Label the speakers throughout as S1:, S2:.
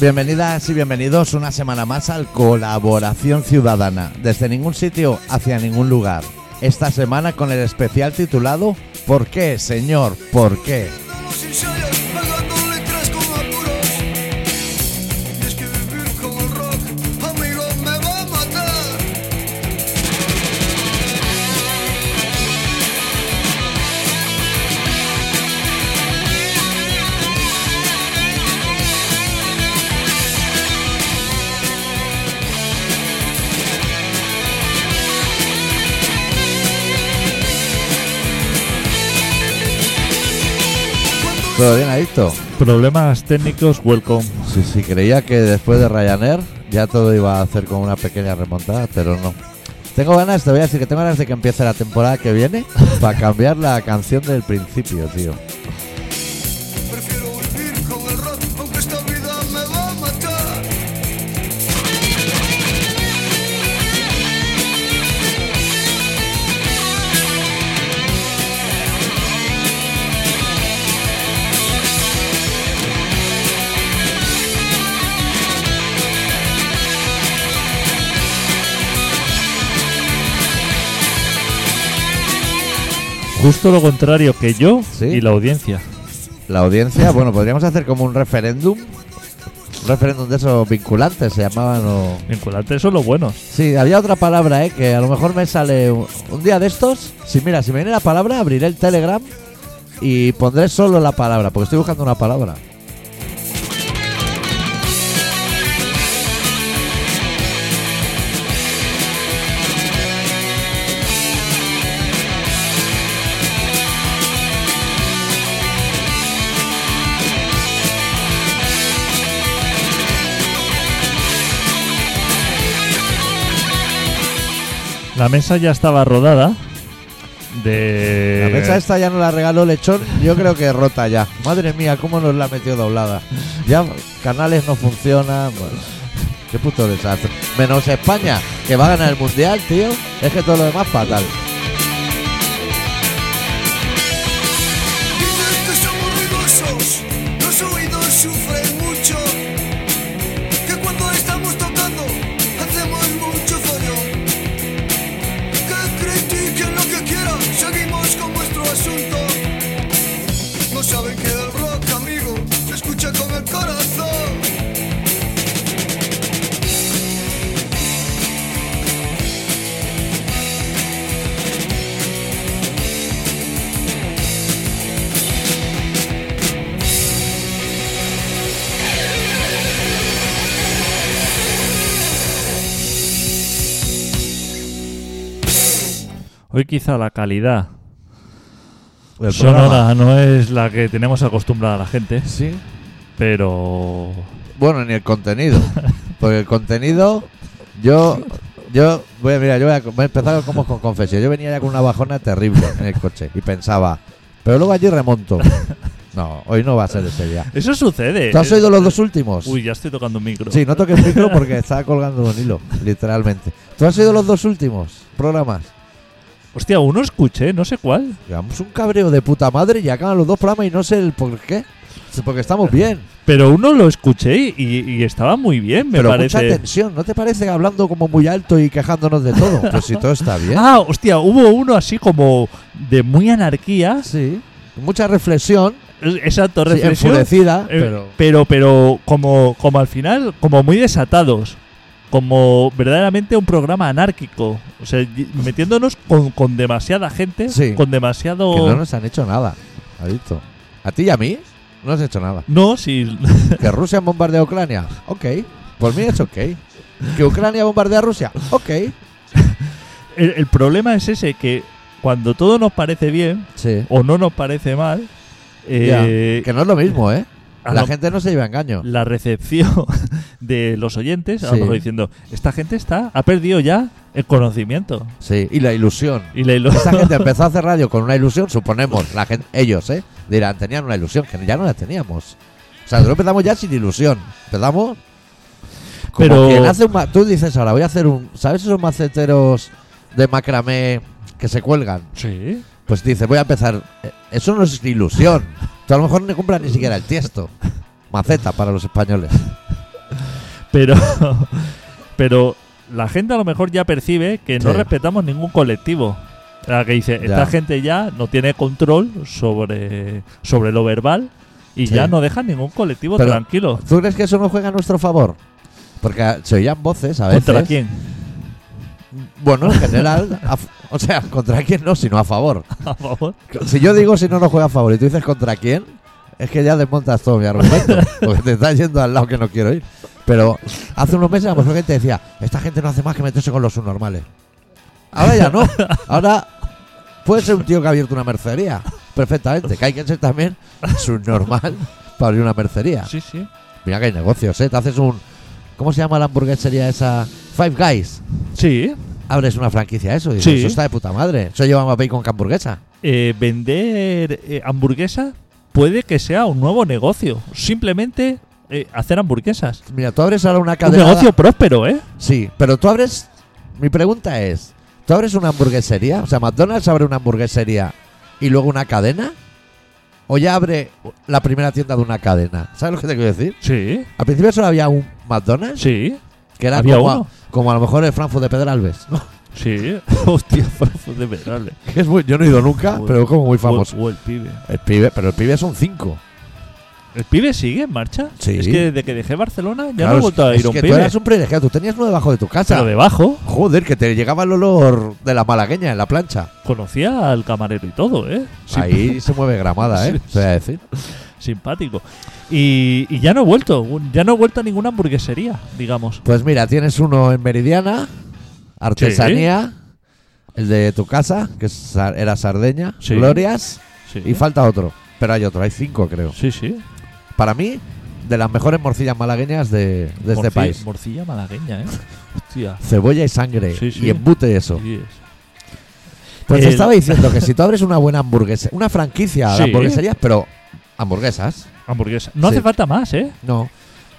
S1: Bienvenidas y bienvenidos una semana más al Colaboración Ciudadana, desde ningún sitio hacia ningún lugar. Esta semana con el especial titulado ¿Por qué, señor? ¿Por qué?
S2: Los ensayos, pagando letras con apuros. Y es que vivir con el rock, amigo, me va a matar.
S1: ¿Todo bien, Adicto?
S3: Problemas técnicos, welcome.
S1: Sí, sí, creía que después de Ryanair ya todo iba a hacer como una pequeña remontada, pero no. Tengo ganas, te voy a decir que tengo ganas de que empiece la temporada que viene para cambiar la canción del principio, tío.
S2: Prefiero vivir con el rock, aunque esta vida me va a matar.
S3: Justo lo contrario que yo
S1: Sí.
S3: y la audiencia.
S1: La audiencia, bueno, podríamos hacer como un referéndum. Un referéndum de esos vinculantes, se llamaban o...
S3: Vinculantes son los buenos.
S1: Sí, había otra palabra, ¿eh? Que a lo mejor me sale un, un día de estos. Si mira, si me viene la palabra, abriré el Telegram y pondré solo la palabra, porque estoy buscando una palabra.
S3: La mesa ya estaba rodada de...
S1: La mesa esta ya no la regaló Lechón, yo creo que rota ya. Madre mía, cómo nos la metió doblada. Ya canales no funcionan. bueno, qué puto desastre. Menos España, que va a ganar el mundial, tío. Es que todo lo demás fatal.
S2: Dicen que somos ruidosos, los oídos sufren mucho. Que cuando estamos tocando, hacemos mucho fallo. Que critiquen lo que quieran, seguimos con nuestro asunto. No saben que el rock, amigo, se escucha con el corazón.
S3: Hoy quizá la calidad
S1: El programa.
S3: sonora no es la que tenemos acostumbrada la gente,
S1: Sí.
S3: pero...
S1: Bueno, ni el contenido. Porque el contenido, yo, yo, voy a, mira, yo voy a, voy a empezar como con confesión. Yo venía ya con una bajona terrible en el coche y pensaba, pero luego allí remonto. No, hoy no va a ser ese día.
S3: Eso sucede.
S1: ¿Tú has oído los dos últimos?
S3: Uy, ya estoy tocando un micro.
S1: Sí, no toques el micro porque estaba colgando un hilo, literalmente. ¿Tú has oído los dos últimos programas?
S3: Hostia, uno escuché, no sé cuál.
S1: Llevamos un cabreo de puta madre y acaban los dos programas y no sé el por qué. Porque estamos bien.
S3: Pero uno lo escuché y, y estaba muy bien, me
S1: pero
S3: parece.
S1: mucha tensión, ¿no te parece? Hablando como muy alto y quejándonos de todo. Pues si todo está bien.
S3: Ah, hostia, hubo uno así como de muy anarquías.
S1: Sí. Mucha reflexión,
S3: Exacto,
S1: sí,
S3: reflexión.
S1: enfurecida,
S3: Eh,
S1: pero
S3: pero, pero como, como al final, como muy desatados. Como verdaderamente un programa anárquico. O sea, y- metiéndonos con, con demasiada gente,
S1: Sí.
S3: con
S1: que no
S3: demasiado...
S1: nos han hecho nada. Adicto. A ti y a mí no has hecho nada.
S3: no, sí,
S1: Que Rusia bombardea a Ucrania. Ok. Por mí es ok. Que Ucrania bombardea a Rusia. Ok.
S3: el, el problema es ese, que cuando todo nos parece bien
S1: Sí.
S3: o no nos parece mal, eh,
S1: Que no es lo mismo, ¿eh?
S3: a
S1: La
S3: lo-
S1: gente no se lleva engaño.
S3: la recepción de los oyentes, a lo
S1: Sí.
S3: mejor diciendo, esta gente está ha perdido ya el conocimiento.
S1: Sí. Y la ilusión.
S3: Y la ilu-
S1: Esa gente empezó a hacer radio con una ilusión, suponemos, la gente, ellos, ¿eh? Dirán, tenían una ilusión, que ya no la teníamos. O sea, nosotros empezamos ya sin ilusión. Empezamos. Como
S3: Pero-
S1: quien hace un ma- Tú dices ahora, voy a hacer un. ¿Sabes esos maceteros de macramé que se cuelgan?
S3: Sí.
S1: Pues dices, voy a empezar. eh, Eso no es ilusión. Tú a lo mejor no compras ni siquiera el tiesto. Maceta para los españoles.
S3: Pero, pero la gente a lo mejor ya percibe que no
S1: Sí.
S3: respetamos ningún colectivo. La que dice, esta
S1: Ya.
S3: gente ya no tiene control sobre, sobre lo verbal y
S1: Sí.
S3: ya no deja ningún colectivo
S1: Pero-
S3: tranquilo.
S1: ¿Tú crees que eso no juega a nuestro favor? Porque ah, se oían voces a veces.
S3: ¿Contra quién?
S1: Bueno, en general, a f- o sea, ¿contra quién no? Sino a favor.
S3: A favor.
S1: Si yo digo si no nos juega a favor y tú dices contra quién, es que ya desmontas todo mi argumento. Porque te estás yendo al lado que no quiero ir. Pero hace unos meses a lo mejor gente decía, esta gente no hace más que meterse con los subnormales. Ahora ya no. Ahora puede ser un tío que ha abierto una mercería. Perfectamente. Que hay que ser también subnormal para abrir una mercería.
S3: Sí, sí.
S1: Mira que hay negocios, ¿eh? Te haces un... ¿Cómo se llama la hamburguesería esa? Five Guys.
S3: Sí.
S1: Abres una franquicia eso. Y dices,
S3: Sí.
S1: eso está de puta madre. Eso lleva más bacon que hamburguesa.
S3: eh, vender eh, hamburguesa puede que sea un nuevo negocio. Simplemente eh, hacer hamburguesas.
S1: Mira, tú abres ahora una
S3: Un
S1: cadena...
S3: negocio próspero, ¿eh?
S1: Sí, pero tú abres. Mi pregunta es: ¿tú abres una hamburguesería? O sea, McDonald's abre una hamburguesería y luego una cadena. ¿O ya abre la primera tienda de una cadena? ¿Sabes lo que te quiero decir?
S3: Sí,
S1: Al principio solo había un McDonald's,
S3: sí,
S1: que era
S3: había
S1: como a,
S3: uno.
S1: como a lo mejor el Frankfurt de Pedralbes. ¿no?
S3: sí. Hostia, Frankfurt de Pedralbes.
S1: Que es muy- yo no he ido nunca,
S3: Joder.
S1: pero es como muy famoso.
S3: O, o el pibe.
S1: El pibe, pero el pibe son cinco.
S3: ¿El pibe sigue en marcha?
S1: Sí.
S3: Es que desde que dejé Barcelona ya
S1: Claro,
S3: no he
S1: es-
S3: vuelto a
S1: es
S3: ir a un
S1: que
S3: pibe.
S1: tú eras un privilegiado, tú tenías uno debajo de tu casa.
S3: Pero debajo
S1: Joder, que te llegaba el olor de la malagueña en la plancha.
S3: conocía al camarero y todo, ¿eh? Sim-
S1: Ahí se mueve gramada, ¿eh?
S3: Sí,
S1: Te voy a decir.
S3: Simpático. Y, y ya no he vuelto. Ya no he vuelto a ninguna hamburguesería, digamos.
S1: Pues mira, tienes uno en Meridiana, Artesanía, el de tu casa, que es Sa- era Sardeña,
S3: Sí.
S1: Glorias,
S3: Sí.
S1: y falta otro. Pero hay otro, hay cinco creo.
S3: sí, sí.
S1: Para mí, de las mejores morcillas malagueñas de, de este
S3: Morci-
S1: país.
S3: Morcilla malagueña, ¿eh? Hostia.
S1: Cebolla y sangre,
S3: Sí, sí.
S1: y embute eso.
S3: Sí, es.
S1: Pues te
S3: El-
S1: estaba diciendo que si tú abres una buena hamburguesa, una franquicia de
S3: Sí.
S1: hamburgueserías, pero hamburguesas,
S3: Hamburguesa. No
S1: Sí.
S3: hace falta más, ¿eh?
S1: No.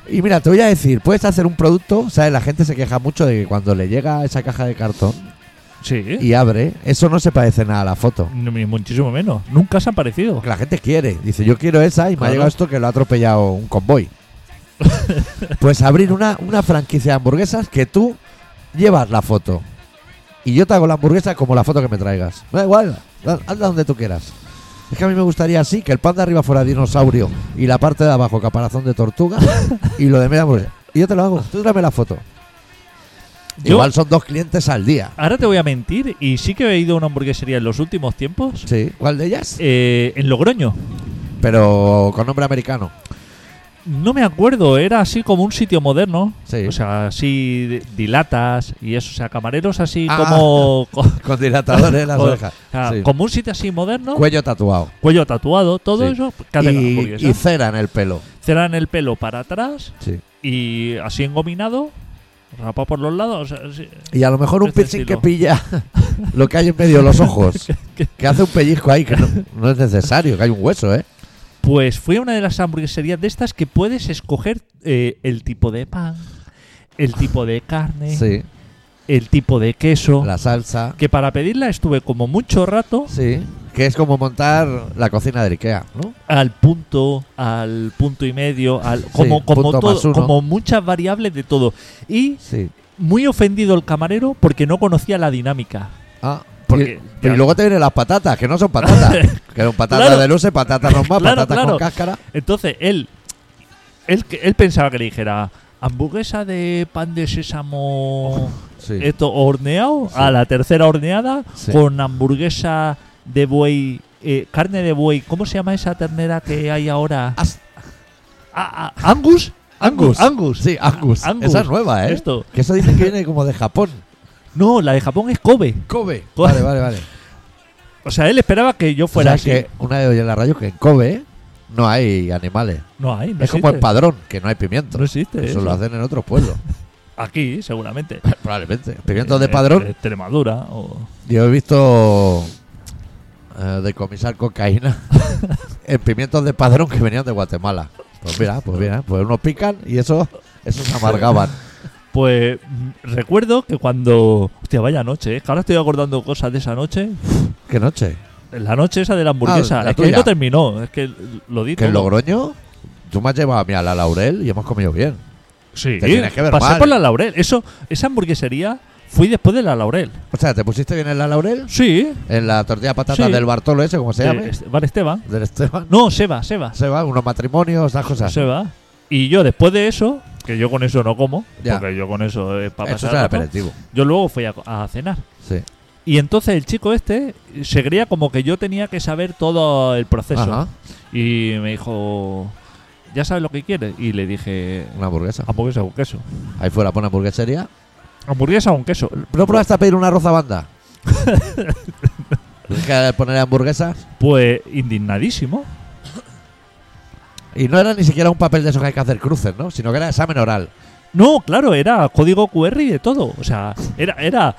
S1: Y mira, te voy a decir, puedes hacer un producto, ¿sabes? La gente se queja mucho de que cuando le llega esa caja de cartón
S3: Sí.
S1: y abre, eso no se parece nada a la foto.
S3: No, ni muchísimo menos. Nunca se han parecido.
S1: Porque la gente quiere, dice, yo quiero esa y me ha
S3: Claro.
S1: llegado esto que lo ha atropellado un convoy. pues abrir una, una franquicia de hamburguesas que tú llevas la foto. Y yo te hago la hamburguesa como la foto que me traigas. Me Da igual, da- hazla donde tú quieras. Es que a mí me gustaría así, que el pan de arriba fuera dinosaurio y la parte de abajo caparazón de tortuga y lo de media hamburguesa. Y yo te lo hago, tú tráeme la foto.
S3: Yo-
S1: Igual son dos clientes al día.
S3: Ahora te voy a mentir, y sí que he ido a una hamburguesería en los últimos tiempos.
S1: Sí, ¿cuál de ellas?
S3: eh, en Logroño.
S1: Pero con nombre americano.
S3: No me acuerdo, era así como un sitio moderno.
S1: Sí.
S3: O sea, así de- dilatas y eso. O sea, camareros así
S1: Ah.
S3: como. co-
S1: Con dilatadores en las
S3: Joder. Ah,
S1: orejas.
S3: o sea,
S1: Sí.
S3: Como un sitio así moderno,
S1: Cuello tatuado.
S3: cuello tatuado, todo
S1: Sí.
S3: eso. cadena de
S1: Y,
S3: hamburguesa.
S1: y cera en el pelo.
S3: Cerran el pelo para atrás
S1: Sí.
S3: y así engominado, rapado por los lados. o sea, sí.
S1: Y a lo mejor un
S3: Este
S1: piercing que
S3: estilo.
S1: pilla lo que hay en medio de los ojos. que hace un pellizco ahí que no, no es necesario, que hay un hueso, ¿eh?
S3: Pues fue una de las hamburgueserías de estas que puedes escoger eh, el tipo de pan, el tipo de carne,
S1: Sí.
S3: el tipo de queso.
S1: La salsa.
S3: Que para pedirla estuve como mucho rato
S1: Sí. Que es como montar la cocina de Ikea, ¿no?
S3: al punto, al punto y medio, al, como,
S1: Sí,
S3: como,
S1: punto
S3: todo-
S1: más uno.
S3: como muchas variables de todo. Y
S1: Sí.
S3: muy ofendido el camarero porque no conocía la dinámica.
S1: Ah,
S3: Porque-
S1: y, y luego te vienen las patatas, que no son patatas. que son patatas
S3: Claro.
S1: de luce, patatas normal,
S3: Claro,
S1: patatas con
S3: claro.
S1: cáscara.
S3: Entonces él, él, que- él pensaba que le dijera hamburguesa de pan de sésamo.
S1: Sí.
S3: esto horneado
S1: Sí.
S3: a la tercera horneada
S1: Sí.
S3: con hamburguesa de buey, eh, carne de buey. ¿Cómo se llama esa ternera que hay ahora?
S1: As-
S3: Ah, ah, ¿Angus?
S1: Angus.
S3: Angus.
S1: Sí, Angus.
S3: A- Angus.
S1: Esa es nueva, ¿eh?
S3: Esto.
S1: Que eso dicen que viene como de Japón.
S3: No, la de Japón es Kobe.
S1: Kobe.
S3: Kobe.
S1: Vale, vale, vale.
S3: O sea, él esperaba que yo fuera
S1: O sea,
S3: así.
S1: que una de hoy en la radio que en Kobe no hay animales.
S3: No hay, no
S1: es como
S3: existe.
S1: el padrón, que no hay pimiento.
S3: No existe
S1: eso,
S3: eso.
S1: lo hacen en otros pueblos,
S3: Aquí, seguramente.
S1: probablemente. Pimiento de
S3: En- en
S1: padrón.
S3: Extremadura. o-
S1: Yo he visto eh, decomisar cocaína en pimientos de padrón que venían de Guatemala. Pues mira, pues mira, pues unos pican y eso, esos amargaban.
S3: Pues mm, recuerdo que cuando. Hostia, vaya noche, ¿eh? Que ahora estoy acordando cosas de esa noche.
S1: ¿Qué noche?
S3: La noche esa de la hamburguesa.
S1: Ah, la
S3: es que ahí
S1: tuya.
S3: no terminó. Es que lo di
S1: Que en
S3: todo.
S1: Logroño, tú me has llevado a mí a la Laurel y hemos comido bien.
S3: Sí,
S1: Te tienes que ver
S3: pasé
S1: mal.
S3: por la Laurel. Eso, esa hamburguesería fui después de la Laurel.
S1: O sea, ¿te pusiste bien en la laurel?
S3: Sí.
S1: En la tortilla de patatas
S3: Sí.
S1: del Bartolo ese, como se
S3: de
S1: llame.
S3: Est- Bar Esteban.
S1: Del Esteban.
S3: No, Seba, Seba.
S1: Se va, unos matrimonios, esas cosas.
S3: Seba. Y yo después de eso, que yo con eso no como,
S1: Ya.
S3: porque yo con eso es para
S1: Eso
S3: pasar
S1: es el
S3: el rato,
S1: aperitivo.
S3: yo luego fui a, a cenar.
S1: Sí.
S3: Y entonces el chico este se creía como que yo tenía que saber todo el proceso.
S1: Ajá.
S3: Y me dijo, ¿ya sabes lo que quieres? Y le dije,
S1: Una hamburguesa.
S3: hamburguesa con queso.
S1: Ahí fuera pone hamburguesería.
S3: Hamburguesa con queso.
S1: ¿No probaste a pedir una rozabanda? Tienes que poner hamburguesas.
S3: Pues indignadísimo.
S1: Y no era ni siquiera un papel de esos que hay que hacer cruces, ¿no? Sino que era examen oral.
S3: No, claro, era código QR y de todo. O sea, era, era.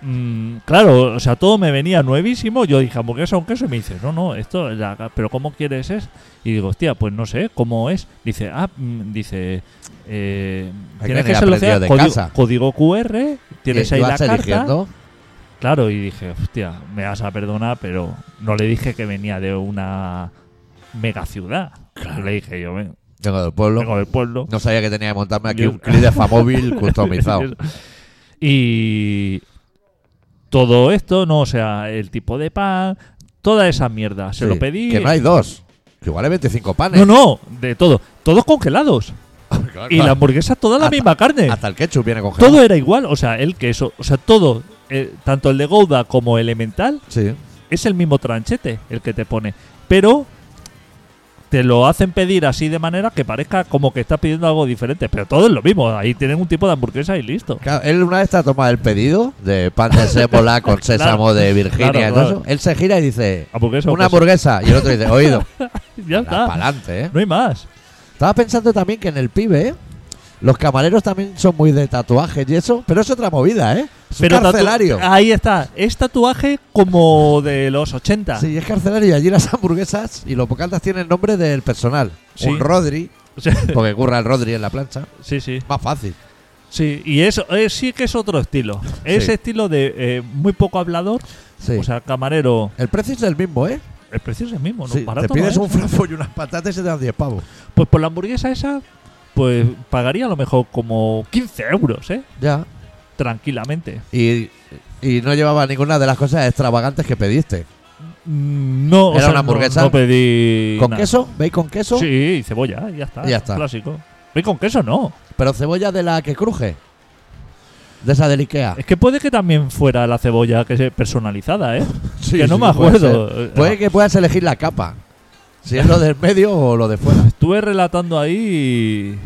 S3: mm, claro, o sea, todo me venía nuevísimo. Yo dije, hamburguesa un queso. Y me dice, no, no, esto, es la- pero ¿cómo quieres es? Y digo, hostia, pues no sé, ¿cómo es? Dice, ah, mm, dice. eh,
S1: Hay
S3: tienes
S1: que
S3: que
S1: venir
S3: solucionar
S1: aprendido de
S3: código,
S1: casa. Eh,
S3: código QR, tienes
S1: Y
S3: ahí la
S1: ibas
S3: carta.
S1: eligiendo.
S3: Claro, y dije, hostia, me vas a perdonar, pero no le dije que venía de una mega ciudad. Le dije yo, ven,
S1: Vengo del pueblo.
S3: vengo del pueblo.
S1: No sabía que tenía que montarme aquí
S3: Yo-
S1: un clip de Famóvil customizado.
S3: Y todo esto, no, o sea, el tipo de pan, toda esa mierda,
S1: Sí,
S3: se lo pedí.
S1: Que no hay dos. Que igual hay 25 panes.
S3: no, no, de todo, todos congelados.
S1: Ah, Claro,
S3: Y la hamburguesa toda la
S1: Hasta-
S3: misma carne.
S1: Hasta el ketchup viene congelado.
S3: Todo era igual, o sea, el queso, o sea, todo, eh, tanto el de Gouda como Elemental,
S1: Sí.
S3: es el mismo tranchete el que te pone, pero te lo hacen pedir así de manera que parezca como que estás pidiendo algo diferente, pero todo es lo mismo, ahí tienen un tipo de hamburguesa y listo.
S1: Claro, él una vez te ha tomado el pedido de pan de sémola con sésamo de Virginia
S3: Claro,
S1: y todo
S3: claro.
S1: eso. Él se gira y dice,
S3: Hamburguesa o
S1: una
S3: queso.
S1: hamburguesa. Y el otro dice, oído,
S3: Ya está.
S1: para adelante, ¿eh?
S3: No hay más.
S1: Estaba pensando también que en el pibe, ¿eh? Los camareros también son muy de tatuajes y eso, pero es otra movida, ¿eh? Es un
S3: tatu- Ah.
S1: carcelario.
S3: Ahí está. Es tatuaje como de los 80.
S1: Sí, es carcelario y allí las hamburguesas y los bocatas tienen nombre del personal.
S3: Sí.
S1: Un Rodri,
S3: O sea,
S1: porque curra el Rodri en la plancha.
S3: sí, sí.
S1: Más fácil.
S3: Sí, y eso eh, sí que es otro estilo. Es
S1: Sí.
S3: estilo de eh, muy poco hablador.
S1: Sí.
S3: O sea, camarero.
S1: el precio es el mismo, ¿eh?
S3: El precio es el mismo, ¿no?
S1: Sí,
S3: Barato
S1: te pides
S3: no ¿eh?
S1: un
S3: es.
S1: frafo y unas patatas y te dan 10 pavos.
S3: Pues por la hamburguesa esa, pues pagaría a lo mejor como 15 euros, ¿eh?
S1: Ya.
S3: Tranquilamente.
S1: Y, y no llevaba ninguna de las cosas extravagantes que pediste.
S3: Mm, No, o
S1: ¿Era
S3: sea,
S1: una
S3: no-
S1: hamburguesa?
S3: No, pedí.
S1: ¿Con
S3: nada.
S1: queso? ¿Veis con queso?
S3: Sí, y cebolla, y ya está.
S1: Ya está.
S3: Clásico. Y con queso no.
S1: Pero cebolla de la que cruje. De esa del Ikea.
S3: Es que puede que también fuera la cebolla que se personalizada, ¿eh?
S1: Sí,
S3: que no
S1: sí,
S3: me
S1: puede
S3: acuerdo.
S1: ser. Ah. Puede que puedas elegir la capa. Si es lo del medio o lo de fuera.
S3: Estuve relatando ahí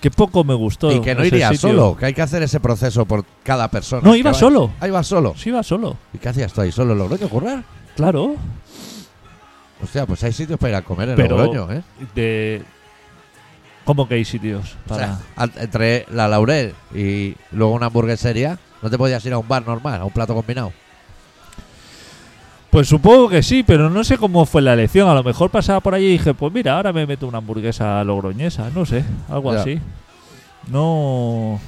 S3: que poco me gustó.
S1: Y que no
S3: ese
S1: iría
S3: sitio.
S1: solo, que hay que hacer ese proceso por cada persona.
S3: No, iba
S1: Que va-
S3: solo.
S1: Ah, iba solo.
S3: Sí, iba solo.
S1: ¿Y qué hacías tú ahí? ¿Solo en Logroño currar?
S3: Claro.
S1: Hostia, pues hay sitios para ir a comer en
S3: Pero-
S1: Logroño, ¿eh?
S3: De... ¿Cómo que hay sitios?
S1: O
S3: Para...
S1: sea, al- entre la Laurel y luego una hamburguesería, no te podías ir a un bar normal, a un plato combinado.
S3: Pues supongo que sí, pero no sé cómo fue la elección. A lo mejor pasaba por allí y dije, pues mira, ahora me meto una hamburguesa logroñesa. No sé, algo
S1: Ya.
S3: así. No...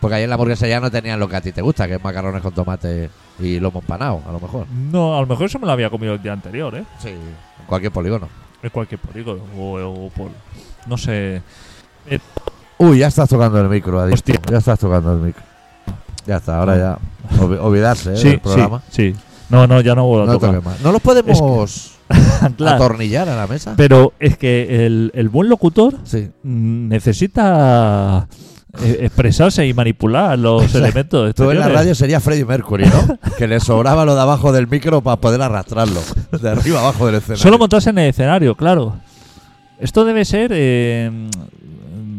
S1: Porque ahí en la hamburguesería no tenían lo que a ti te gusta, que es macarrones con tomate y lomo empanado, a lo mejor.
S3: No, a lo mejor eso me lo había comido el día anterior, ¿eh?
S1: Sí. En cualquier polígono.
S3: En cualquier polígono o, o por... No sé... Eh,
S1: Uy, ya estás tocando el micro, Adi.
S3: Hostia.
S1: Ya estás tocando el micro. Ya está, ahora ya. Olvi- olvidarse ¿eh? del programa.
S3: Sí, sí. No, no, ya no vuelvo a
S1: No,
S3: tocar.
S1: toques más. ¿No los podemos
S3: Anclar.
S1: atornillar a la mesa?
S3: Pero es que el, el buen locutor
S1: Sí.
S3: mm, necesita eh, expresarse y manipular los elementos. este
S1: Tú en la
S3: exteriores.
S1: radio sería Freddie Mercury, ¿no? que le sobraba lo de abajo del micro para poder arrastrarlo. De arriba abajo del escenario.
S3: Solo montarse en el escenario, claro. Esto debe ser eh,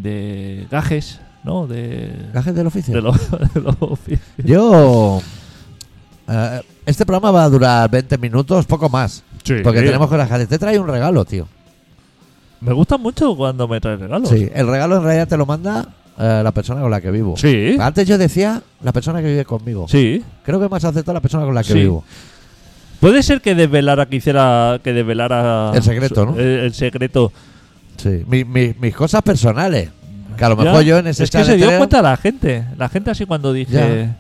S3: de gajes, ¿no? De,
S1: Gajes del oficio.
S3: de los- de los oficios.
S1: Yo. eh, este programa va a durar 20 minutos, poco más. Porque tenemos cosas que hacer. Te trae un regalo, tío.
S3: Me gusta mucho cuando me traes regalos.
S1: Sí, el regalo en realidad te lo manda eh, la persona con la que vivo.
S3: Sí.
S1: Antes yo decía la persona que vive conmigo.
S3: Sí.
S1: Creo que es más aceptado la persona con la que
S3: Sí.
S1: vivo.
S3: Puede ser que desvelara, que hiciera, que desvelara...
S1: El secreto, ¿no?
S3: El, el secreto.
S1: Sí. Mi- mi- mis cosas personales. Que a lo mejor
S3: Ya.
S1: yo en ese
S3: Es que se dio
S1: chaletreo-
S3: cuenta la gente. La gente así cuando dije...
S1: Ya.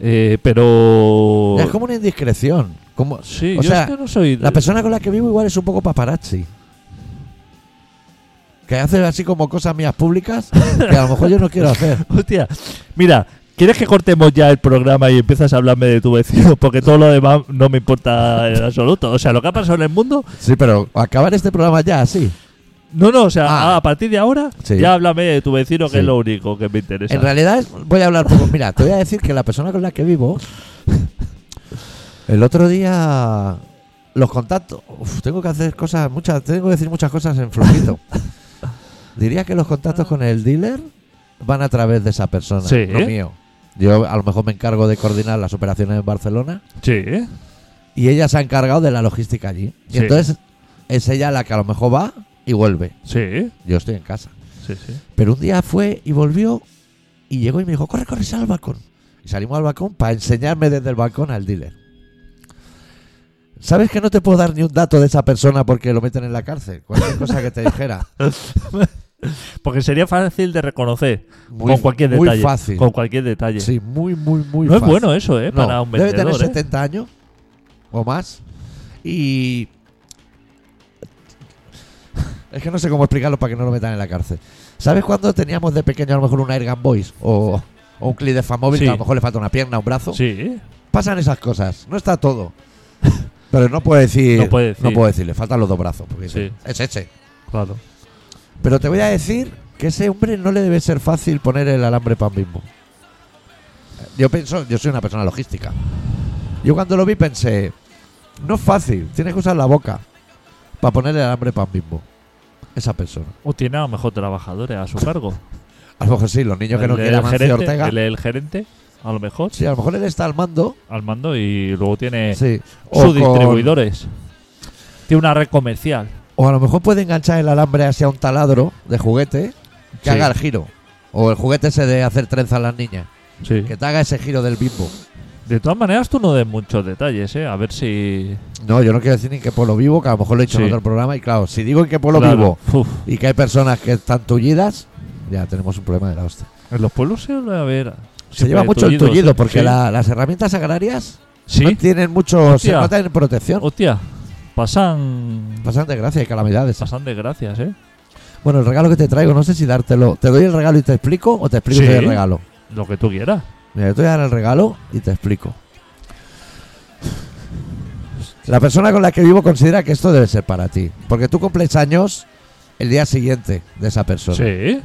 S3: eh, pero...
S1: Es como una indiscreción. Como,
S3: Sí,
S1: o
S3: yo
S1: sea,
S3: es que no soy...
S1: La persona con la que vivo igual es un poco paparazzi. que haces así como cosas mías públicas que a lo mejor yo no quiero hacer.
S3: Hostia, mira, ¿quieres que cortemos ya el programa y empiezas a hablarme de tu vecino? Porque todo lo demás no me importa en absoluto. O sea, lo que ha pasado en el mundo,
S1: Sí, pero acabar este programa ya así.
S3: no, no, o sea,
S1: Ah.
S3: a partir de ahora
S1: Sí.
S3: ya háblame de tu vecino, que
S1: Sí.
S3: es lo único que me interesa.
S1: En realidad es- voy a hablar poco. Mira, te voy a decir que la persona con la que vivo, el otro día, los contactos, uf, tengo que hacer cosas, muchas, tengo que decir muchas cosas en flojito. Diría que los contactos con el dealer van a través de esa persona,
S3: Sí.
S1: no mío. Yo a lo mejor me encargo de coordinar las operaciones en Barcelona
S3: Sí, ¿eh?
S1: y ella se ha encargado de la logística allí. Y
S3: Sí.
S1: entonces es ella la que a lo mejor va y vuelve.
S3: sí,
S1: Yo estoy en casa.
S3: sí, sí.
S1: Pero un día fue y volvió y llegó y me dijo, corre, corre, sal al balcón. Y salimos al balcón para enseñarme desde el balcón al dealer. ¿Sabes que no te puedo dar ni un dato de esa persona porque lo meten en la cárcel? Cualquier cosa que te dijera.
S3: Porque sería fácil de reconocer
S1: Muy,
S3: con cualquier
S1: muy
S3: detalle.
S1: fácil.
S3: Con cualquier detalle.
S1: Sí, muy, muy, muy
S3: no
S1: fácil.
S3: es bueno eso, ¿eh?
S1: No,
S3: Para un
S1: debe tener
S3: vendedor, ¿eh?
S1: 70 años o más. Y... Es que no sé cómo explicarlo para que no lo metan en la cárcel. ¿Sabes cuando teníamos de pequeño a lo mejor un Air Gun Boys o, o un clip de Famóvil
S3: Sí.
S1: que a lo mejor le falta una pierna, un brazo?
S3: Sí,
S1: Pasan esas cosas, no está todo. Pero no puedo decir,
S3: No puede decir.
S1: puedo decir, le faltan los dos brazos, porque
S3: Sí.
S1: es ese.
S3: claro.
S1: Pero te voy a decir que ese hombre no le debe ser fácil poner el alambre pan mismo. Yo pienso, yo soy una persona logística. Yo cuando lo vi pensé, no es fácil, tienes que usar la boca para poner el alambre pan mismo. Esa persona.
S3: O tiene a lo mejor trabajadores a su cargo.
S1: A lo mejor sí, los niños que no
S3: el,
S1: quieren a Mancio
S3: gerente,
S1: Ortega.
S3: el- el gerente, a lo mejor,
S1: Sí, a lo mejor él está al mando.
S3: al mando y luego tiene
S1: Sí. O
S3: sus
S1: con-
S3: distribuidores. Tiene una red comercial.
S1: O a lo mejor puede enganchar el alambre hacia un taladro de juguete que
S3: Sí.
S1: haga el giro. O el juguete ese de hacer trenzas a las niñas.
S3: Sí.
S1: Que te haga ese giro del bimbo.
S3: De todas maneras, tú no des muchos detalles, ¿eh? A ver si.
S1: No, yo no quiero decir ni en qué pueblo vivo, que a lo mejor lo he dicho
S3: Sí.
S1: en otro programa. Y claro, si digo en qué pueblo
S3: Claro.
S1: vivo
S3: Uf,
S1: y que hay personas que están tullidas, ya tenemos un problema de la hostia.
S3: en los pueblos se va a ver.
S1: Se lleva mucho el tullido porque
S3: eh, sí.
S1: la- las herramientas agrarias
S3: Sí.
S1: no tienen mucho. se
S3: Hostia.
S1: no tienen protección.
S3: Hostia, pasan.
S1: Pasan desgracias y calamidades.
S3: Pasan desgracias, ¿eh?
S1: Bueno, el regalo que te traigo, no sé si dártelo. ¿Te doy el regalo y te explico o te explico
S3: Sí.
S1: y el regalo?
S3: Lo que tú quieras.
S1: Mira, yo te voy a dar el regalo y te explico. La persona con la que vivo considera que esto debe ser para ti. Porque tú cumples años el día siguiente de esa persona.
S3: Sí.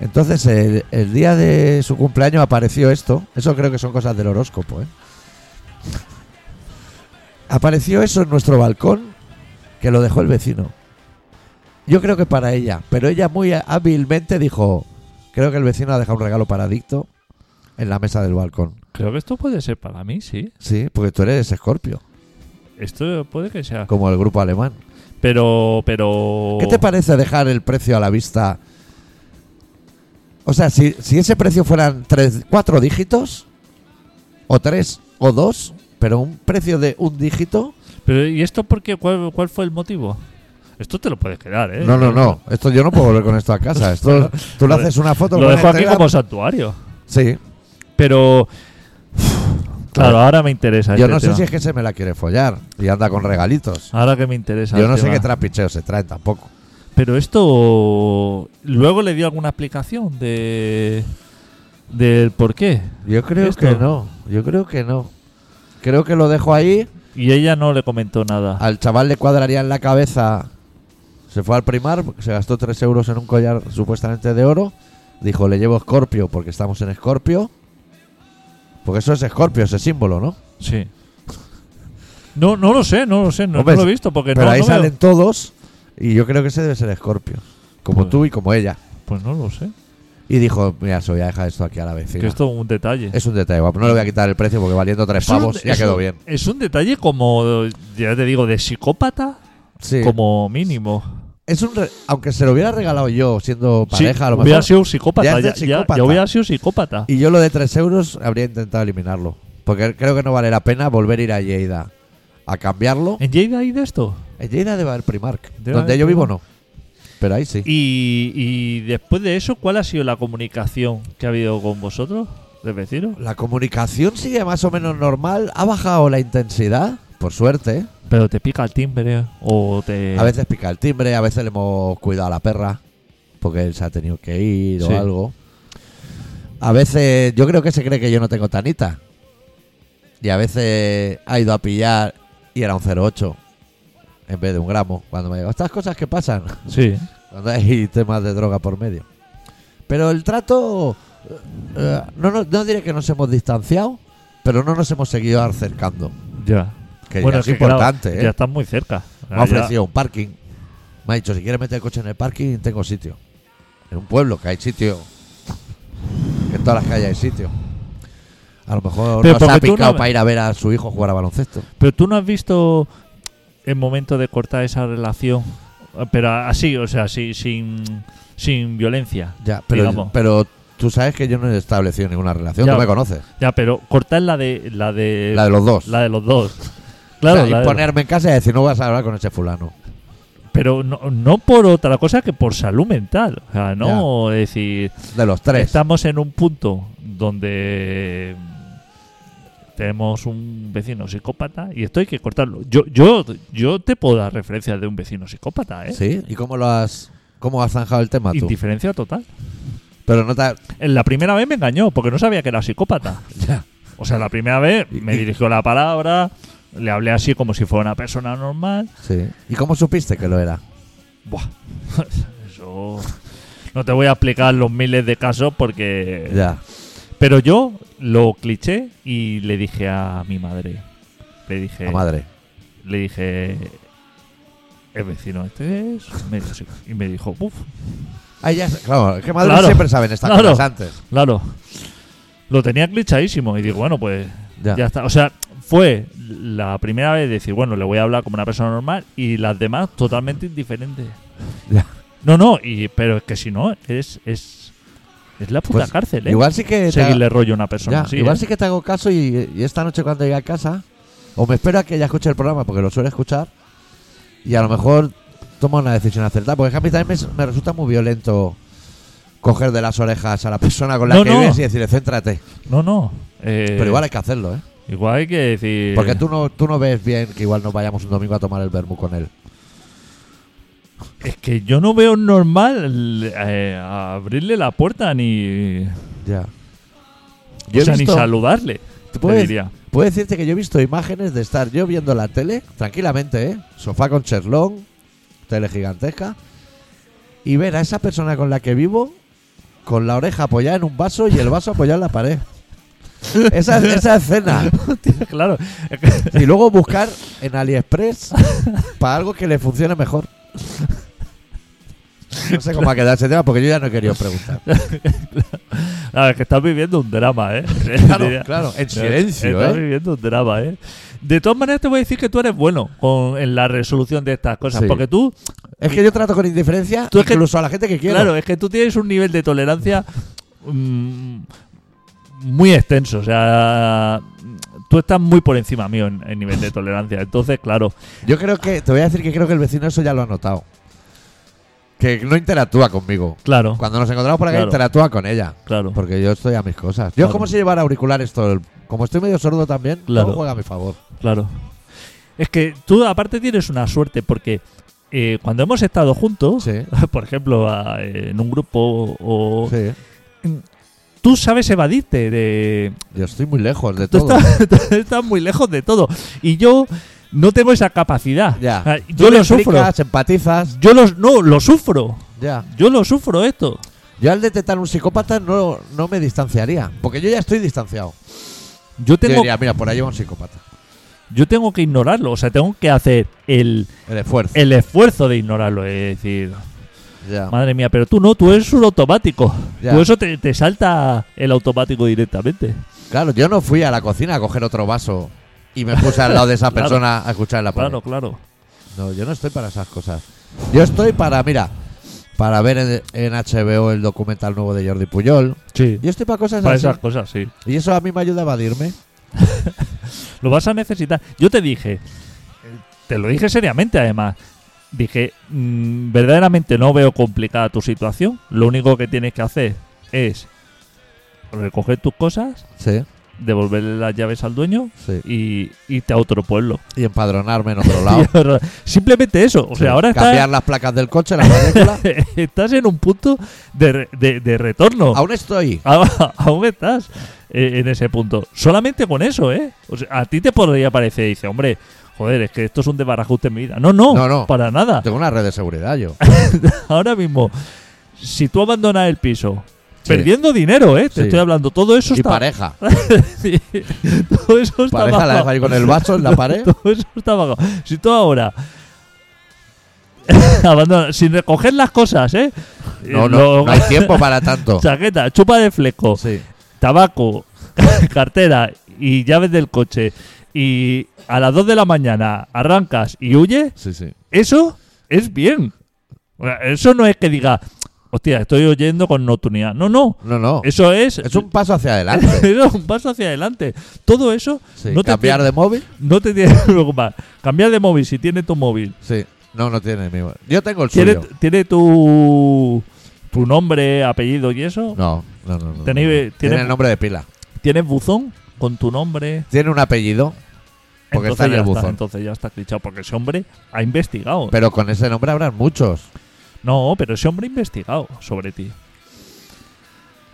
S1: Entonces, el, el día de su cumpleaños apareció esto. Eso creo que son cosas del horóscopo, ¿eh? Apareció eso en nuestro balcón que lo dejó el vecino. Yo creo que para ella, pero ella muy hábilmente dijo, creo que el vecino ha dejado un regalo para adicto en la mesa del balcón.
S3: Creo que esto puede ser para mí, sí.
S1: Sí, porque tú eres escorpio,
S3: Esto puede que sea.
S1: como el grupo alemán.
S3: Pero, pero.
S1: ¿Qué te parece dejar el precio a la vista? O sea, si, si ese precio fueran tres, cuatro dígitos, o tres, o dos, pero un precio de un dígito.
S3: Pero, ¿y esto por qué? ¿Cuál, cuál fue el motivo? Esto te lo puedes quedar, ¿eh?
S1: No, no, no. Esto yo no puedo volver con esto a casa. Esto tú le
S3: Lo de-
S1: haces una foto.
S3: Lo
S1: pones
S3: dejo
S1: en
S3: aquí
S1: Telegram.
S3: como santuario.
S1: Sí.
S3: Pero. Claro, ahora me interesa.
S1: Yo
S3: este
S1: no sé
S3: tema.
S1: si es que se me la quiere follar y anda con regalitos.
S3: Ahora que me interesa.
S1: Yo
S3: el
S1: no sé
S3: tema.
S1: qué trapicheo se traen tampoco.
S3: Pero esto. Luego le dio alguna explicación de. Del por qué.
S1: Yo creo
S3: Esto.
S1: que no. Yo creo que no. Creo que lo dejo ahí.
S3: Y ella no le comentó nada.
S1: Al chaval le cuadraría en la cabeza. Se fue al primar, se gastó 3 euros en un collar supuestamente de oro. Dijo, le llevo Escorpio porque estamos en Escorpio. Porque eso es Escorpio, ese símbolo, ¿no?
S3: Sí. No, no lo sé, no lo sé, no,
S1: Hombre,
S3: no lo he visto porque
S1: Pero
S3: no,
S1: ahí
S3: no veo-
S1: salen todos y yo creo que ese debe ser Escorpio. Como
S3: Pues-
S1: tú y como ella.
S3: Pues no lo sé.
S1: Y dijo, mira, se voy a dejar esto aquí a la
S3: Que
S1: vecina.
S3: esto es un detalle.
S1: Es un detalle guapo. No le voy a quitar el precio porque valiendo tres
S3: Es un-
S1: pavos ya
S3: es
S1: quedó
S3: un-
S1: bien.
S3: Es un detalle como, ya te digo, de psicópata,
S1: Sí.
S3: como mínimo.
S1: Es un re- Aunque se lo hubiera regalado yo siendo
S3: Sí,
S1: pareja, a lo
S3: hubiera
S1: mejor.
S3: sido un psicópata.
S1: Ya
S3: Ya,
S1: es de
S3: ya- ya
S1: psicópata.
S3: hubiera sido psicópata.
S1: Y yo lo de 3 euros habría intentado eliminarlo. Porque creo que no vale la pena volver a ir a Lleida a cambiarlo.
S3: ¿En Lleida hay de esto?
S1: En Lleida debe haber Primark.
S3: Eh. Debe
S1: donde
S3: haber
S1: yo vivo
S3: Primark.
S1: no. Pero ahí sí.
S3: Y, y después de eso, ¿cuál ha sido la comunicación que ha habido con vosotros, de vecinos?
S1: La comunicación sigue más o menos normal. Ha bajado la intensidad, por suerte. ¿eh?
S3: Pero te pica el timbre o te... Eh.
S1: A veces pica el timbre, a veces le hemos cuidado a la perra. porque él se ha tenido que ir
S3: Sí.
S1: o algo. A veces, yo creo que se cree que yo no tengo tanita. Y a veces ha ido a pillar y era un 0,8 en vez de un gramo. Cuando me digo, estas cosas que pasan
S3: Sí.
S1: cuando hay temas de droga por medio. Pero el trato, eh, no, no, no diré que nos hemos distanciado, pero no nos hemos seguido acercando.
S3: Ya.
S1: Que
S3: bueno,
S1: ya es
S3: que, claro,
S1: importante, ¿eh?
S3: Ya están muy cerca.
S1: Me ha
S3: Ah, ya.
S1: ofrecido un parking. Me ha dicho, si quieres meter el coche en el parking, tengo sitio. En un pueblo que hay sitio. Que en todas las calles hay sitio. A lo mejor
S3: Pero
S1: no se ha
S3: porque tú
S1: picado
S3: no-
S1: para ir a ver a su hijo jugar a baloncesto.
S3: Pero tú no has visto el momento de cortar esa relación, pero así, o sea, sí, sin, sin violencia.
S1: Ya, pero,
S3: Digamos.
S1: pero tú sabes que yo no he establecido ninguna relación,
S3: Ya.
S1: tú me conoces.
S3: Ya, pero cortar la de la de
S1: La de los dos.
S3: la de los dos.
S1: O
S3: Claro,
S1: sea,
S3: la
S1: y
S3: de-
S1: ponerme en casa y decir, no vas a hablar con ese fulano.
S3: pero no, no por otra cosa que por salud mental. O sea, no es decir,
S1: De los tres.
S3: estamos en un punto donde tenemos un vecino psicópata y esto hay que cortarlo. Yo yo yo te puedo dar referencias de un vecino psicópata, ¿eh?
S1: ¿Sí? ¿Y cómo lo has cómo has zanjado el tema tú?
S3: Indiferencia total.
S1: Pero no te ha-
S3: En La primera vez me engañó porque no sabía que era psicópata.
S1: ya.
S3: O sea, la primera vez me
S1: Y- y-
S3: dirigió la palabra, le hablé así como si fuera una persona normal.
S1: Sí. ¿Y cómo supiste que lo era?
S3: Buah, eso. No te voy a explicar los miles de casos porque.
S1: Ya.
S3: Pero yo lo cliché y le dije a mi madre. Le dije.
S1: La madre.
S3: Le dije. El vecino este es. medio psico-". Y me dijo, uff,
S1: Ah, ya sé. Claro, es que madres
S3: Claro.
S1: siempre saben estas
S3: Claro.
S1: cosas antes.
S3: claro. Lo tenía clichadísimo. Y digo, bueno, pues
S1: Ya.
S3: Ya está. O sea, fue la primera vez de decir, bueno, le voy a hablar como una persona normal y las demás totalmente indiferentes.
S1: Ya.
S3: No, no, y, pero es que si no, es, es, es la puta
S1: Pues,
S3: cárcel, ¿eh?
S1: Igual sí que te,
S3: Seguirle
S1: ha-
S3: rollo a una
S1: ya,
S3: persona. así,
S1: igual
S3: ¿eh?
S1: sí que te hago caso y, y esta noche cuando llegue a casa o me espero a que ella escuche el programa porque lo suele escuchar y a lo mejor toma una decisión acertada porque es que a mí también me, me resulta muy violento coger de las orejas a la persona con la
S3: No,
S1: que
S3: no.
S1: vives y decirle céntrate.
S3: No, no. eh,
S1: Pero igual hay que hacerlo, ¿eh?
S3: igual hay que decir.
S1: Porque tú no, tú no ves bien que igual nos vayamos un domingo a tomar el vermú con él.
S3: Es que yo no veo normal eh, abrirle la puerta ni.
S1: Ya.
S3: o sea, ni saludarle.
S1: ¿Te puedo
S3: Te
S1: decir-
S3: diría.
S1: Puedo decirte que yo he visto imágenes de estar yo viendo la tele, tranquilamente, ¿eh? Sofá con cheslón, tele gigantesca, y ver a esa persona con la que vivo con la oreja apoyada en un vaso y el vaso apoyado en la pared. Esa, esa escena.
S3: claro. es que-
S1: Y luego buscar en AliExpress para algo que le funcione mejor. No sé cómo ha quedado ese tema porque yo ya no he querido preguntar.
S3: a ver, que estás viviendo un drama, ¿eh? Diría.
S1: Claro, claro, en silencio,
S3: Estás
S1: ¿eh?
S3: viviendo un drama, ¿eh? De todas maneras, te voy a decir que tú eres bueno con, en la resolución de estas cosas.
S1: Sí.
S3: Porque tú,
S1: Es que yo trato con indiferencia
S3: Tú es que-
S1: incluso a la gente que quiero.
S3: claro, es que tú tienes un nivel de tolerancia mm, muy extenso. O sea, tú estás muy por encima mío en, en nivel de tolerancia. Entonces, claro,
S1: Yo creo que, te voy a decir que creo que el vecino eso ya lo ha notado. Que no interactúa conmigo.
S3: claro,
S1: Cuando nos encontramos por acá,
S3: Claro.
S1: interactúa con ella.
S3: claro.
S1: Porque yo estoy a mis cosas. Yo,
S3: Claro.
S1: como si llevara auriculares todo el- Como estoy medio sordo también,
S3: Claro.
S1: todo juega a mi favor.
S3: Claro. Es que tú aparte tienes una suerte porque eh, cuando hemos estado juntos,
S1: Sí.
S3: por ejemplo, a- en un grupo o...
S1: Sí.
S3: Tú sabes evadirte de...
S1: Yo estoy muy lejos de
S3: Tú
S1: todo.
S3: estás, tú estás muy lejos de todo. Y yo no tengo esa capacidad.
S1: Ya.
S3: Ah, Yo
S1: Tú le
S3: lo sufro.
S1: explicas, empatizas.
S3: Yo los, no, lo sufro.
S1: Ya.
S3: Yo lo sufro esto.
S1: Yo al detectar un psicópata no, no me distanciaría. Porque yo ya estoy distanciado.
S3: Yo
S1: Yo
S3: tengo,
S1: diría, mira, por ahí va un psicópata.
S3: yo tengo que ignorarlo. O sea, tengo que hacer el,
S1: El esfuerzo.
S3: el esfuerzo de ignorarlo. Es decir,
S1: Ya.
S3: Madre mía, pero tú no, tú eres un automático.
S1: Ya.
S3: Tú eso te, te salta el automático directamente.
S1: Claro, yo no fui a la cocina a coger otro vaso y me puse al lado de esa
S3: Claro.
S1: persona a escucharla. poner.
S3: Claro, claro.
S1: No, yo no estoy para esas cosas. Yo estoy para, mira, para ver en, en HBO el documental nuevo de Jordi Puyol.
S3: Sí.
S1: Yo estoy para cosas
S3: Para
S1: así.
S3: esas cosas, sí.
S1: Y eso a mí me ayuda a evadirme.
S3: Lo vas a necesitar. Yo te dije, te lo dije seriamente además. Dije, mm, verdaderamente no veo complicada tu situación. Lo único que tienes que hacer es recoger tus cosas,
S1: Sí.
S3: devolverle las llaves al dueño
S1: Sí.
S3: y irte a otro pueblo.
S1: Y empadronarme en otro lado.
S3: Simplemente eso. O sea, ahora
S1: Cambiar
S3: estás,
S1: las placas del coche, la matrícula.
S3: estás en un punto de, re- de- de retorno.
S1: Aún estoy.
S3: A- Ah, Aún estás eh, en ese punto. Solamente con eso, ¿eh? O sea, a ti te podría parecer, dice, hombre, joder, es que esto es un desbarajuste en mi vida. No, no,
S1: No, no.
S3: para nada.
S1: Tengo una red de seguridad yo.
S3: Ahora mismo, si tú abandonas el piso,
S1: Sí.
S3: perdiendo dinero, ¿eh? Te
S1: Sí.
S3: estoy hablando, todo eso
S1: Y
S3: está...
S1: pareja.
S3: Sí. todo eso está
S1: Pareja la
S3: bajo-
S1: dejo ahí con el vaso en la pared.
S3: Todo eso está bajo. Si tú ahora... abandonas, sin recoger las cosas, ¿eh?
S1: No,
S3: Eh,
S1: no,
S3: lo-
S1: no hay tiempo para tanto.
S3: Chaqueta, chupa de fleco,
S1: Sí.
S3: tabaco, cartera y llaves del coche y a las 2 de la mañana arrancas y huyes,
S1: Sí, sí.
S3: eso es bien. O sea, Eso no es que diga, hostia, estoy oyendo con nocturnidad. No, no.
S1: No, no. Es,
S3: Eso es.
S1: un paso hacia adelante.
S3: eso es un paso hacia adelante. Todo eso
S1: Sí.
S3: no, te
S1: Cambiar
S3: tiene,
S1: de móvil.
S3: no te tiene que preocupar. Cambiar de móvil si tiene tu móvil.
S1: Sí. No, no tiene mi móvil. Yo tengo el
S3: Tiene,
S1: suyo.
S3: tiene tu, tu nombre, apellido y eso.
S1: No, no, no. no,
S3: Tiene-
S1: no.
S3: tiene-
S1: Tiene el nombre de pila.
S3: Tienes buzón con tu nombre.
S1: Tiene un apellido, Porque está en
S3: ya
S1: el buzón.
S3: entonces ya está clichado, porque ese hombre ha investigado.
S1: pero con ese nombre habrán muchos.
S3: no, pero ese hombre ha investigado sobre ti.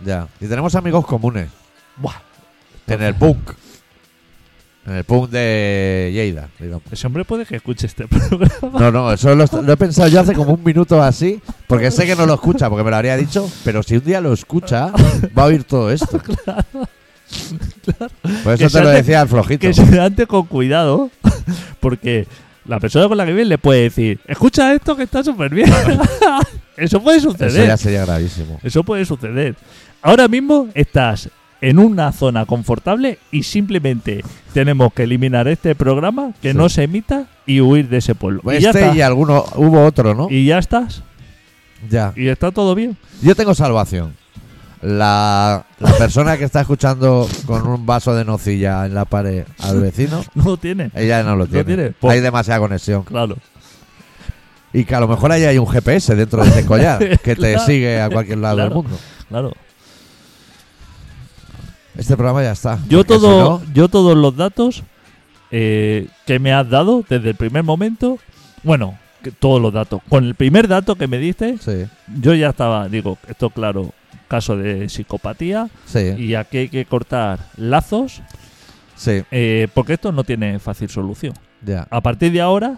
S1: Ya. Y tenemos amigos comunes.
S3: Buah,
S1: En el punk. En el punk de Lleida, digamos.
S3: ese hombre puede que escuche este programa.
S1: No, no, eso lo, lo he pensado yo hace como un minuto así, porque sé que no lo escucha, porque me lo habría dicho, pero si un día lo escucha, va a oír todo esto. Por
S3: Que
S1: eso
S3: se
S1: te lo
S3: hace-
S1: decía el flojito.
S3: que se ante con cuidado, porque la persona con la que vive le puede decir, escucha esto que está súper bien. Eso puede
S1: Eso
S3: suceder.
S1: ya sería gravísimo.
S3: Eso puede suceder. Ahora mismo estás en una zona confortable y simplemente tenemos que eliminar este programa, que
S1: Sí.
S3: no se emita y huir de ese pueblo. y ya está.
S1: Este y alguno, hubo otro, ¿no?
S3: Y ya estás.
S1: Ya.
S3: Y está todo bien.
S1: Yo tengo salvación. La, la persona que está escuchando con un vaso de nocilla en la pared al vecino,
S3: No tiene.
S1: ella no lo tiene.
S3: tiene. Pues- Po-
S1: Hay demasiada conexión.
S3: Claro.
S1: Y que a lo mejor ahí hay un GPS dentro de ese collar que te
S3: Claro.
S1: sigue a cualquier lado del
S3: Claro.
S1: mundo.
S3: Claro.
S1: Este programa ya está.
S3: Yo
S1: porque
S3: todo,
S1: si
S3: yo todos los datos eh, que me has dado desde el primer momento, bueno, que todos los datos. Con el primer dato que me diste,
S1: no- sí,
S3: yo ya estaba, digo, esto claro, caso de psicopatía
S1: sí,
S3: y aquí hay que cortar lazos
S1: sí,
S3: eh, porque esto no tiene fácil solución.
S1: ya.
S3: A partir de ahora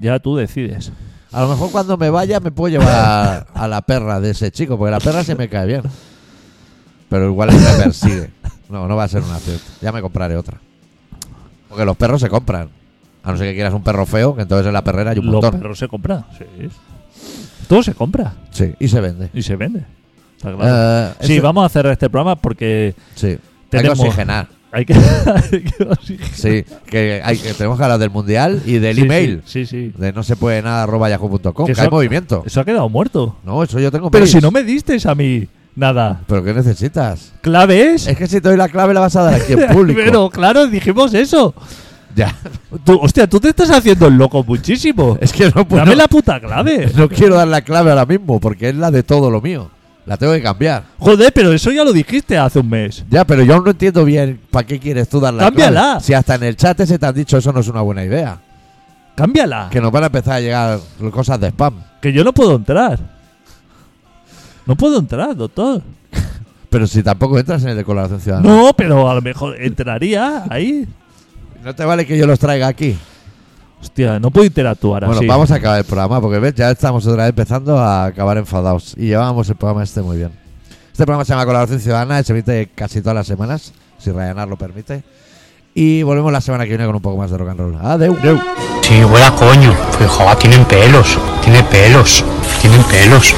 S3: ya tú decides.
S1: A lo mejor cuando me vaya me puedo llevar a, a la perra de ese chico, porque la perra se me cae bien. Pero igual me persigue. No, no va a ser una acierto. Ya me compraré otra. Porque los perros se compran. A no ser que quieras un perro feo, que entonces en la perrera hay un
S3: Los
S1: montón.
S3: perros se compran. Sí. Todo se compra
S1: Sí, y se vende.
S3: y se vende. Está claro.
S1: Eh,
S3: Sí,
S1: este-
S3: vamos a cerrar este programa porque
S1: Sí.
S3: Tenemos-
S1: Hay que oxigenar.
S3: hay que. hay que oxigenar.
S1: Sí, que, hay, que tenemos que hablar del mundial y del
S3: Sí,
S1: email.
S3: Sí, sí. sí.
S1: De no se puede nada arroba yahoo.com.
S3: Que
S1: Que hay
S3: eso-
S1: movimiento.
S3: Eso ha quedado muerto.
S1: No, eso yo tengo
S3: Pero
S1: mails.
S3: si no me diste a mí nada.
S1: ¿Pero qué necesitas?
S3: Clave es.
S1: Es que si te doy la clave la vas a dar aquí en público.
S3: Pero claro, dijimos eso.
S1: Ya.
S3: Tú, hostia, tú te estás haciendo el loco muchísimo.
S1: Es que pues no puedo.
S3: Dame la puta clave.
S1: No quiero dar la clave ahora mismo porque es la de todo lo mío. La tengo que cambiar.
S3: Joder, pero eso ya lo dijiste hace un mes.
S1: Ya, pero yo aún no entiendo bien para qué quieres tú dar la
S3: Cámbiala.
S1: clave. Si hasta en el chat ese te han dicho eso no es una buena idea.
S3: Cámbiala.
S1: Que nos van a empezar a llegar cosas de spam.
S3: Que yo no puedo entrar. No puedo entrar, doctor.
S1: Pero si tampoco entras en el de colaboración ciudadana.
S3: No, pero a lo mejor entraría ahí.
S1: No te vale que yo los traiga aquí.
S3: Hostia, no puedo interactuar
S1: bueno,
S3: así.
S1: vamos a acabar el programa porque ves, ya estamos otra vez empezando a acabar enfadados. Y llevábamos el programa este muy bien. Este programa se llama Colaboración Ciudadana, se emite casi todas las semanas, si Rayanar lo permite. Y volvemos la semana que viene con un poco más de rock and roll. Adeu.
S4: Sí, huele a coño. Pues, joder, tienen pelos. Tiene pelos. Tienen pelos.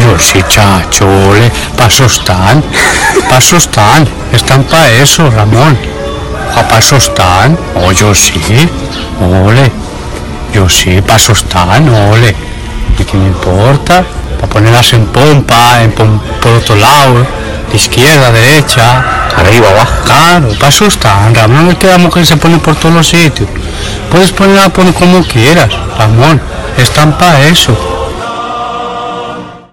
S4: Yo sí, chachole. Pasos tan. Pasos tan. Están para eso, Ramón. A pasos están. Oh, yo sí. Ole. Yo sí, pasos tan. Ole. ¿Y qué me importa? Para ponerlas en pompa, en pom- por otro lado, de izquierda, derecha, arriba, abajo. Claro, pasos tan. Ramón, no quedamos que se pone por todos los sitios. Puedes ponerla por como quieras, Ramón. Están para eso.